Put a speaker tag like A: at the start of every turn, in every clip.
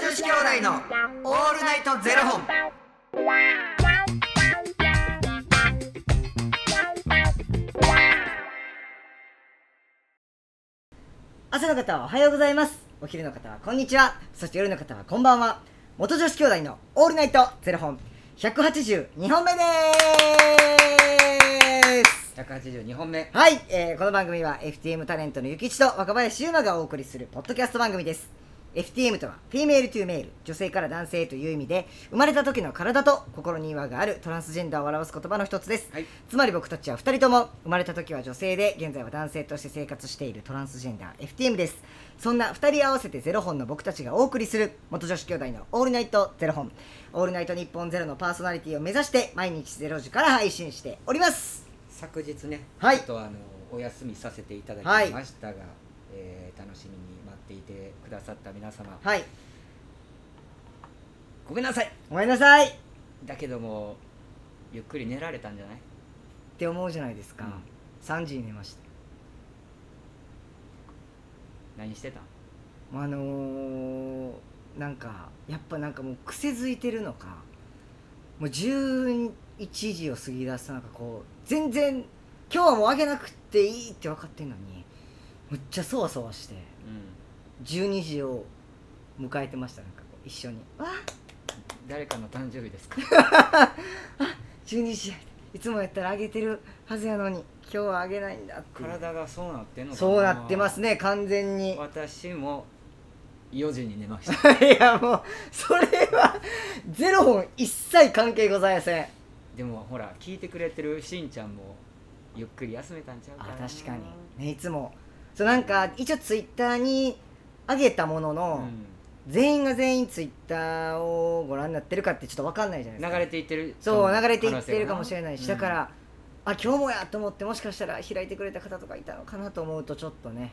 A: 子兄弟のオールナイトゼロ本。
B: 朝の方はおはようございますお昼の方はこんにちはそして夜の方はこんばんは元女子兄弟のオールナイトゼロ本182本目です
A: 182本目。
B: はい、えーこの番組は FTM タレントのゆきちと若林優馬がお送りするポッドキャスト番組です FTM とはフィメールトゥーメール女性から男性という意味で生まれた時の体と心に違和があるトランスジェンダーを表す言葉の一つです、
A: はい
B: つまり僕たちは2人とも生まれた時は女性で現在は男性として生活しているトランスジェンダー FTM ですそんな2人合わせてゼロ本の僕たちがお送りする元女子兄弟の「オールナイトゼロ本」「オールナイト日本ゼロのパーソナリティを目指して毎日ゼロ時から配信しております
A: 昨日ね、
B: はい
A: ちょっとあのお休みさせていただき
B: はい
A: ましたが、えー楽しみに待っていてくださった皆様、
B: はい
A: ごめんなさい。
B: ごめんなさいっ
A: だけどもゆっくり寝られたんじゃない？
B: て思うじゃないですか、
A: うん
B: 3時に寝ました
A: 何してたん？
B: あのーなんかやっぱなんかもう癖づいてるのかもう11時を過ぎ出すとなんかこう全然今日はもうあげなくていいって分かってんのにむっちゃそわそわして
A: うん。
B: 12時を迎えてましたなんかこう一緒に「わあ
A: 誰かの誕生日ですか？
B: 12時やいつもやったらあげてるはずやのに今日はあげないんだ」っていう
A: 体がそうなってんのかな。
B: そうなってますね完全に
A: 私も4時に 寝ました
B: いやもうそれはゼロ本一切関係ございません
A: でもほら聞いてくれてるしんちゃんもゆっくり休めたんちゃうかな
B: あ確かに、ね、いつもそうなんか一応ツイッターに上げたもの
A: う
B: の、
A: ん、
B: 全員が全員ツイッターをご覧になってるかってちょっと分かんないじゃないです
A: 流
B: か
A: れていってる
B: そう流れていってるかもしれないし、だか、
A: 可能性が
B: らあ今日もやと思ってもしかしたら開いてくれた方とかいたのかなと思うとちょっとね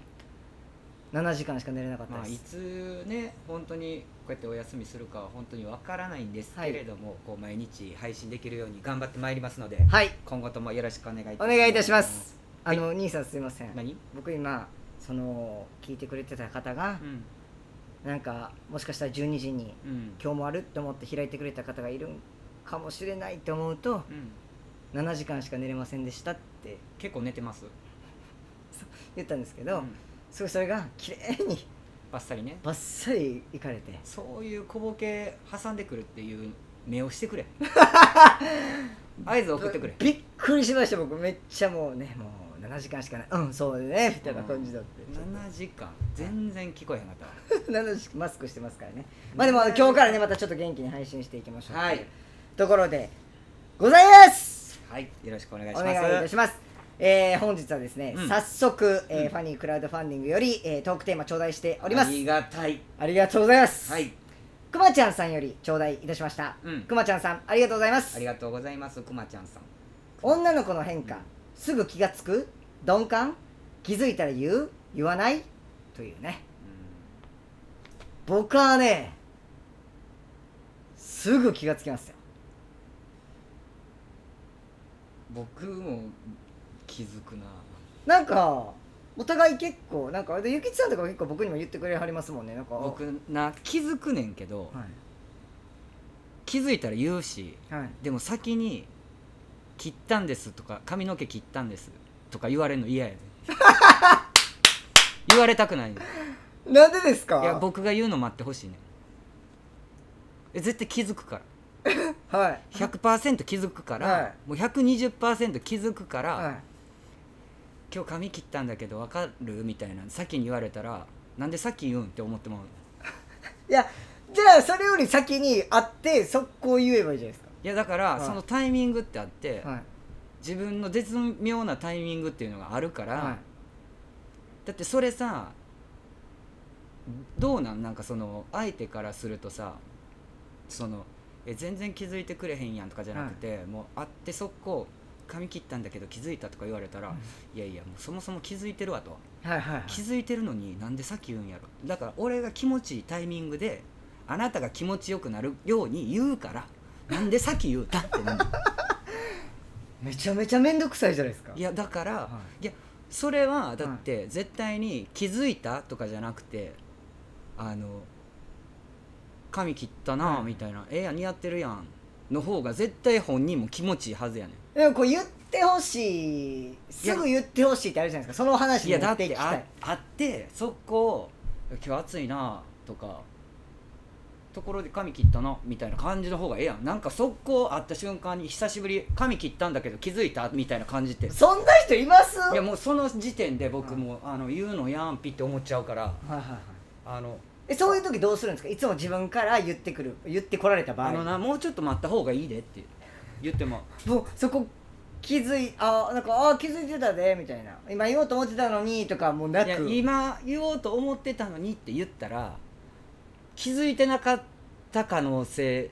B: 7時間しか寝れなかっ
A: うん
B: た
A: まあ、
B: で
A: い
B: す、
A: つね本当にこうやってお休みするかは本当にわからないんですけれども、こう毎日配信できるように頑張ってまいりますので
B: はい
A: 今後ともよろしくお願いいたし
B: お願いいたしますあ
A: はい
B: の、兄さんすいません
A: 何、
B: 僕今その聞いてくれてた方が
A: う、ん
B: なんかもしかしたら12時に
A: うん
B: 今日もあるって思って開いてくれた方がいるんかもしれないって思うと
A: うん、
B: 7時間しか寝れませんでしたって
A: 結構寝てます
B: 言ったんですけ
A: う
B: ど、
A: ん
B: すごいそれが綺麗に
A: バッサリね
B: バッサリいかれて
A: そういう小ボケ挟んでくるっていう目をして くれ合図を送ってくれ
B: びっくりしました僕めっちゃもうねもう7時間しかないうんそうねみたいな感じだって、ちょっ
A: 7時間全然聞こえへんかったわ
B: と7時マスクしてますからねまあでも今日からねまたちょっと元気に配信していきましょう
A: はい
B: ところでございます
A: はいよろしくお願い
B: お
A: します
B: 願いいたします。えー本日はですね、
A: うん
B: 早速、えー
A: うん
B: ファニークラウドファンディングより、えートークテーマ頂戴しております
A: あ。りがたい
B: ありがとうございます。
A: はい
B: くまちゃんさんより頂戴いたしました。
A: うん
B: くまちゃんさん、ありがとうございます
A: あり。がとうございますくまちゃんさん
B: 女の子の変化、
A: うん
B: すぐ気がつく、鈍感、気づいたら言う、言わないというね。僕はね、すぐ気がつきますよ。
A: 僕も気づくな
B: なんか、お互い結構、なんか、でゆきちさんとか結構僕にも言ってくれはりますもんね。なんか、
A: 僕な気づくねんけど気づいたら言うし
B: はい。はい
A: でも先に「切ったんです」とか「髪の毛切ったんです」とか言われる の嫌やで言われたくないねん
B: なんでですか
A: いや僕が言うの待ってほしいねんえ絶対気づくから
B: はい
A: 100%気づくから、
B: は
A: もう120%気づくから、
B: は
A: 今日髪切ったんだけど分かるみたいな先に言われたらなんで先言うんって思ってもらうの
B: い、いやじゃあそれより先に会って速攻言えばいいじゃないです
A: いやだから、
B: はい
A: そのタイミングってあって、
B: かはい
A: 自分の絶妙なタイミングっていうのがあるから、
B: はい
A: だってそれさどうなんなんかその相手からするとさそのえ全然気づいてくれへんやんとかじゃなくて、もう会って速攻髪切ったんだけど気づいたとか言われたら、
B: うん
A: いやいやもうそもそも気づいてるわと
B: はいはい
A: 気づいてるのになんでさっき言うんやろだから俺が気持ちいいタイミングであなたが気持ちよくなるように言うからなんでさっき言うたってなんの
B: めちゃめちゃ面倒くさいじゃないですか
A: いやだから、、
B: はい
A: やそれはだって絶対に気づいたとかじゃなくてあの髪切ったなみたいな、ええやん似合ってるやんの方が絶対本人も気持ちいいはずやねん
B: でもこう言ってほしいすぐ言ってほしいってあるじゃないですかその話
A: い
B: に
A: や
B: 持
A: だ
B: っ
A: って
B: い
A: て
B: きた
A: あ
B: い
A: あってそこ今日暑いなとかところで髪切ったのみたいな感じの方がええやんなんか速攻会った瞬間に久しぶり髪切ったんだけど気づいたみたいな感じってい
B: そんな人います
A: やもうその時点で僕もあの言うのやんぴって思っちゃうから
B: はいはいはい
A: あの
B: えそういう時どうするんですかいつも自分から言ってくる言ってこられた場
A: あ
B: 合
A: のなもうちょっと待った方がいいでって言っても
B: もうそこ気づいあなんかあ気づいてたでみたいな今言おうと思ってたのにとかもうない
A: や
B: く
A: 今言おうと思ってたのにって言ったら気づいてなかった可能性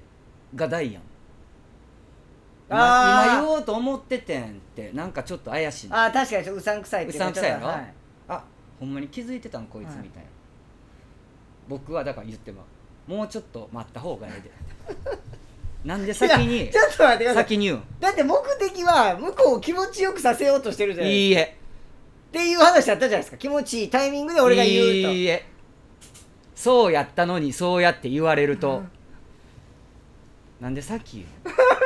A: が大やん今
B: あー
A: 今言おうと思っててんってなんかちょっと怪しいな
B: あ確かにうさんくさいっていうか
A: うさんくさいやろ
B: はい
A: あほんまに気づいてたんこいつ
B: はい
A: みたいな、僕はだから言ってももうちょっと待った方がええで なんで先
B: い
A: に
B: やちょっと待ってください
A: 先に言うん
B: だって目的は向こうを気持ちよくさせようとしてるじゃない
A: いいえ
B: っていう話だったじゃないですか気持ちいいタイミングで俺が言うと
A: いいえそうやったのにそうやって言われると、なんでさっき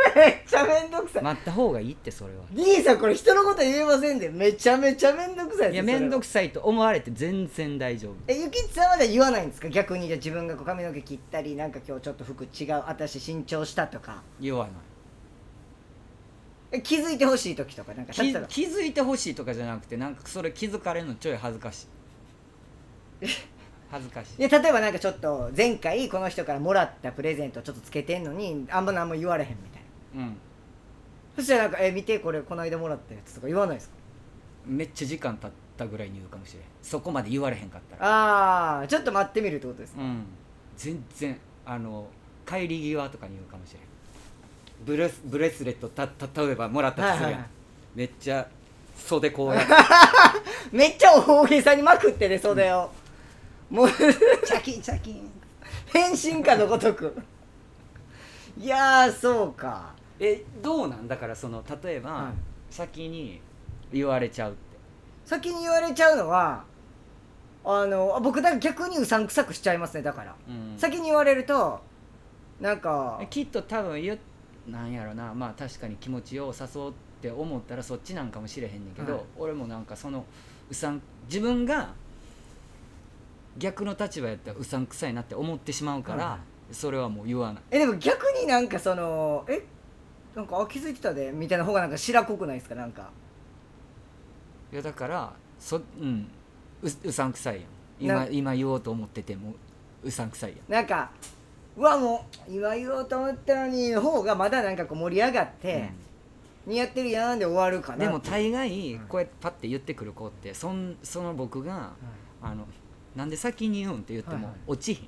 B: めっちゃめんどくさい、
A: 待った方がいいってそれ は
B: D さんこれ人のこと言えませんでめちゃめちゃめんどくさいです
A: いや面倒く
B: さ
A: さいと思われて全然大丈夫
B: いえゆきちさんはじゃあ言わないんですか逆にじゃあ自分がこう髪の毛切ったりなんか今日ちょっと服違う私新調したとか
A: 言わない
B: え気づいてほしい時とかなんか
A: 気
B: 例えば
A: 気づいてほしいとかじゃなくてなんかそれ気づかれるのちょい恥ずかしい恥ずかしい
B: いや例えばなんかちょっと前回この人からもらったプレゼントちょっとつけてんのにあんま何も言われへんみたいな
A: うん
B: そしたらなんか「え見てこれこの間もらったやつ」とか言わないですか
A: めっちゃ時間経ったぐらいに言うかもしれんそこまで言われへんかったら
B: ああちょっと待ってみるってことですね
A: うん全然あの帰り際とかに言うかもしれんブレスブレスレットたた例えばもらったとするやん、
B: はいはいはい
A: めっちゃ袖こうやって
B: めっちゃ大げさにまくってね袖を、もうチャキンチャキ ン変身かのごとくいやーそうか
A: えどうなんだからその例えば、
B: は
A: 先に言われちゃうって
B: 先に言われちゃうのはあのあ僕だから逆にうさんくさくしちゃいますねだから、
A: うん
B: 先に言われるとなんか
A: きっと多分言うなんやろなまあ確かに気持ちよさそうって思ったらそっちなんかもしれへんねんけど、
B: はい
A: 俺もなんかそのうさん自分が逆の立場やったらうさんくさいなって思ってしまうから、
B: は
A: それはもう言わない
B: えでも逆になんかそのえなんかあ気づいてたでみたいな方がなんか白濃くないですかなんか
A: いやだからそうんううさんくさいやん今
B: な
A: 今言おうと思っててもうさんくさいやん
B: なんかうわもう今言おうと思ったのにの方がまだなんかこう盛り上がって、似合ってるやんで終わるかな
A: う
B: ん
A: でも大概
B: うん
A: こうやってパッて言ってくる子ってそんその僕が「あのなんで先に言うん?」って言って
B: はいは
A: も
B: い
A: 落 ちひん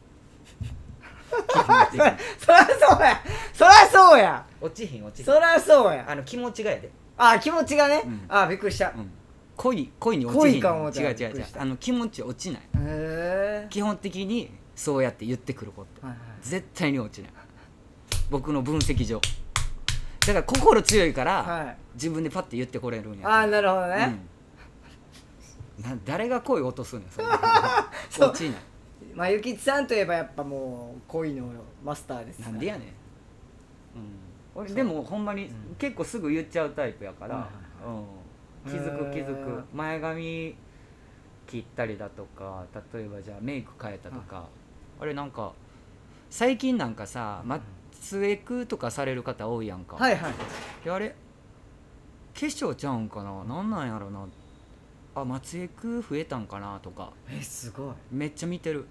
B: そらそらそうやそらそうや
A: 落ちひん落ちひん
B: そらそうや
A: あの気持ちがやで、
B: あ気持ちがね、
A: うん
B: あびっくりした、
A: うん、恋恋に落ちひん
B: 恋か思った
A: 違う違
B: びっ
A: う
B: く
A: 違
B: り
A: う
B: した
A: あの気持ち落ちない
B: へえ
A: 基本的にそうやって言ってくる子って、
B: はいはい
A: 絶対に落ちない僕の分析上だから心強いから、
B: はい
A: 自分でパッて言ってこれるんや
B: あなるほどね、
A: うんな誰が恋落とすんやそんな
B: そう
A: 落ちない
B: まあゆきちさんといえばやっぱもう恋のマスターです
A: な
B: から
A: んでやねん、うん、俺
B: そう
A: でもほんまに
B: ん
A: 結構すぐ言っちゃうタイプやから、
B: はい
A: うん、気づ
B: へ
A: く
B: ー
A: 気づく前髪切ったりだとか例えばじゃあメイク変えたとか、あれなんか最近なんかさ
B: うん
A: マツエクとかされる方多いやんか、
B: はいはい
A: いやあれ化粧ちゃうんかななんなんやろなあ松江区増えたんかなとか
B: えすごい
A: めっちゃ見てる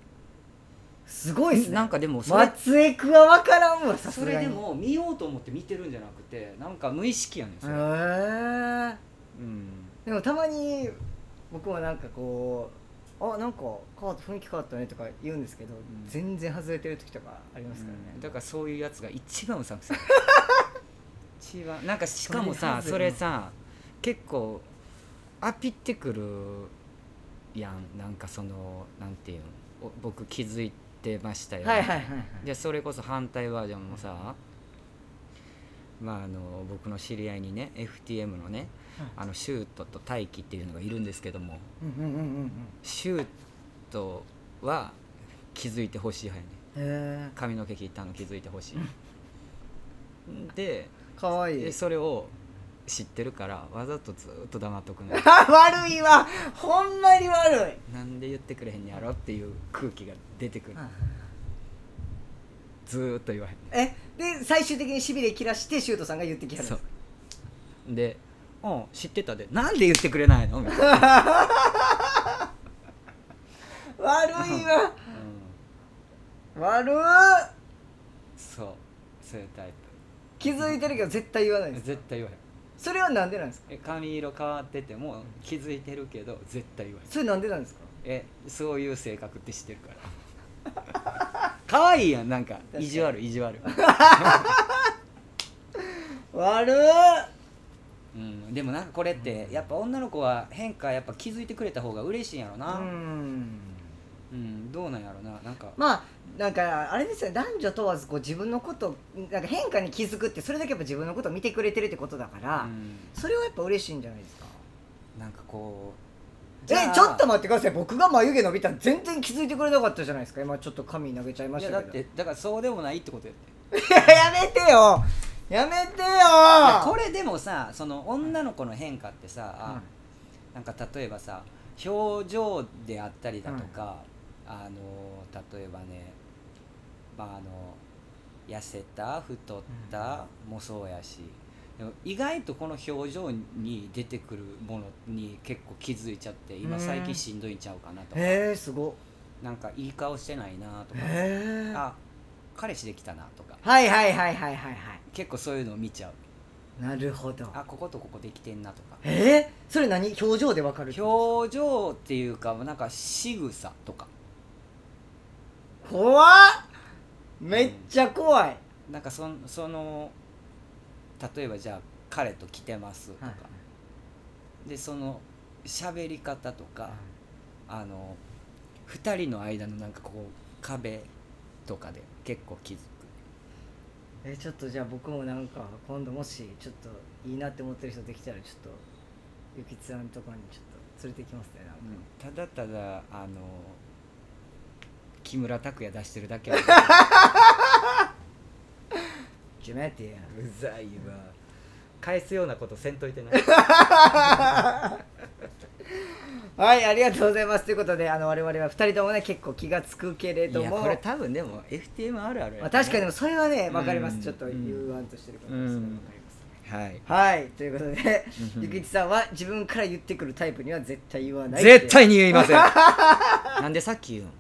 B: すごいっすね
A: なんかでもそれ
B: 松江区は分からんわさす
A: そ
B: がに
A: れでも見ようと思って見てるんじゃなくてなんか無意識やねん
B: へ
A: それ、
B: え
A: うん
B: でもたまに僕もなんかこうあなんか変わった雰囲気変わったねとか言うんですけど、
A: ん
B: 全然外れてる時とかありますからね、
A: うんだからそういうやつが一番う さんくさい一番なんかしかもさそ
B: そ
A: れ
B: れ
A: さ結構アピってくるやんなんかそのなんていうんお僕気づいてましたよ、
B: はいはいはいはい
A: でそれこそ反対バージョンもさ、まあ、あの僕の知り合いにね FTM のねあのシュートと大輝っていうのがいるんですけども
B: うんうんうんうんうん
A: シュートは気づいてほしい派やね
B: へ
A: 髪の毛切ったの気づいてほしいで
B: えかわい
A: で
B: い
A: それを知ってるからわざとずっと黙っとくの
B: 悪いわほんまに悪い
A: なんで言ってくれへんやろっていう空気が出てくる
B: あ
A: ずーっと言わへん
B: えで最終的にしびれ切らしてシュートさんが言ってきはるん
A: そ
B: で
A: う
B: す
A: で「うん知ってたでなんで言ってくれないの?」み たいな、
B: 悪いわ
A: うん
B: 悪い
A: そうそういうタイ
B: 気づいてるけど絶対言わない
A: プ
B: です
A: 絶対言わへん
B: それはなんでなんですか
A: え髪色変わってても気づいてるけど絶対言わへん
B: それなんでなんですか
A: えそういう性格って知ってるから 可愛いやんなんか
B: かに
A: 意地悪意地悪、
B: 悪い
A: うん、でもなんかこれってやっぱ女の子は変化やっぱ気づいてくれた方が嬉しいんやろ
B: う
A: なうん、
B: ん
A: どうなんやろななんか
B: まあなんかあれですよね男女問わずこう自分のことなんか変化に気づくってそれだけやっぱ自分のことを見てくれてるってことだから、
A: うん
B: それはやっぱ嬉しいんじゃないですか
A: なんかこう
B: えちょっと待ってください僕が眉毛伸びたの全然気づいてくれなかったじゃないですか今ちょっと髪投げちゃいま
A: い
B: し
A: や
B: た
A: だ
B: け
A: っ
B: ど
A: てだからそうでもないってことやって
B: いややめてよやめて
A: いやこ
B: よ
A: れでもさその女の子の変化ってさ、
B: う
A: あ
B: ん
A: なんか例えばさ表情であったりだとか、あの例えばね、まあ、あの痩せた太ったもそうやし、でも意外とこの表情に出てくるものに結構気づいちゃって今最近しんどいんちゃうかなとか、
B: えー、すごっ
A: なんかいい顔してないなとか、
B: えー、
A: あ彼氏できたなとか
B: はいはいはいはいはいはい
A: 結構そういうのを見ちゃう
B: なるほど
A: あこことここできてんなとか。
B: えー、それ何表情でわかる
A: 表情っていうかなんか仕草とか
B: 怖っめっちゃ怖い、
A: なんかそんその例えばじゃあ彼と来てますとか、
B: はい
A: でその喋り方とか、あの2人の間のなんかこう壁とかで結構気づく
B: えちょっとじゃあ僕もなんか今度もしちょっといいなって思ってる人できたらちょっとゆきつさんのところにちょっと連れてきますねなんか
A: ただただあの木村拓哉出してるだ けや
B: ジュメティア
A: うざいわ返すようなことせんと いてない
B: はいありがとうございますということであの我々は2人ともね結構気が付くけれど
A: いや
B: も
A: これ多分でも FTM あるあるや
B: まあ、確かにでもそれはね
A: うん
B: 分かりますちょっと
A: うん
B: 言わんとしてるから、
A: うん
B: それは分かります
A: はい
B: はいということで
A: うん
B: ゆきちさんは自分から言ってくるタイプには絶対言わないって
A: 絶対に言いま せんなんでさっき言うの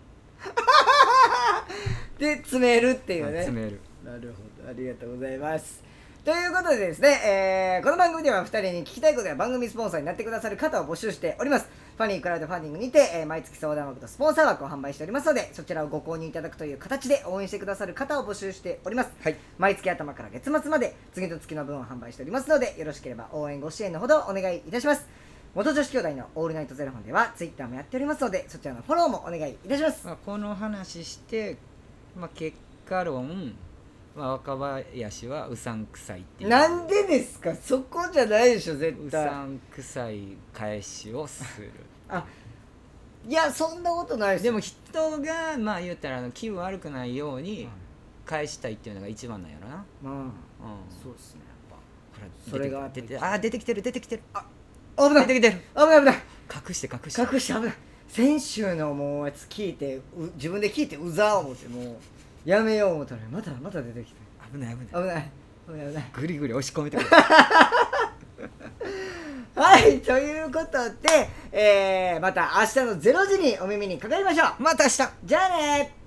B: で詰めるっていうね
A: 詰める
B: なるほどありがとうございますということでですね、えーこの番組では2人に聞きたいことや番組スポンサーになってくださる方を募集しておりますファニークラウドファンディングにて、えー毎月相談枠とスポンサー枠を販売しておりますのでそちらをご購入いただくという形で応援してくださる方を募集しております、
A: はい
B: 毎月頭から月末まで次の月の分を販売しておりますのでよろしければ応援ご支援のほどお願いいたします元女子兄弟のオールナイトゼロ本ではツイッターもやっておりますのでそちらのフォローもお願いいたします
A: まあ、この話して、まあ、結果論、まあ、若林はうさんくさいっていう
B: なんでですかそこじゃないでしょ絶
A: う
B: 対
A: さんくさい返しをする
B: あいやそんなことないです
A: で
B: よ
A: も人がまあ言ったらあの気分悪くないよう
B: うん
A: に返したいっていうのが一番なんやろな、
B: ま
A: うん
B: あ、そうですね
A: ほら
B: それが
A: 出てきた出てあー出てきてる出てきてるあ
B: やっぱ危
A: 出
B: な
A: て
B: い
A: きてる
B: 危ない危ない
A: 隠して隠して
B: 隠して危ない先週のもうやつ聞いてう自分で聞いてうざー思ってもうやめよう思ったらまたまた出てきて
A: 危ない危ない
B: 危ない危ない危ない
A: ぐりぐり押し込めてくる
B: はいということで、えー、また明日の0時にお耳にかかりましょう
A: また明日
B: じゃあねー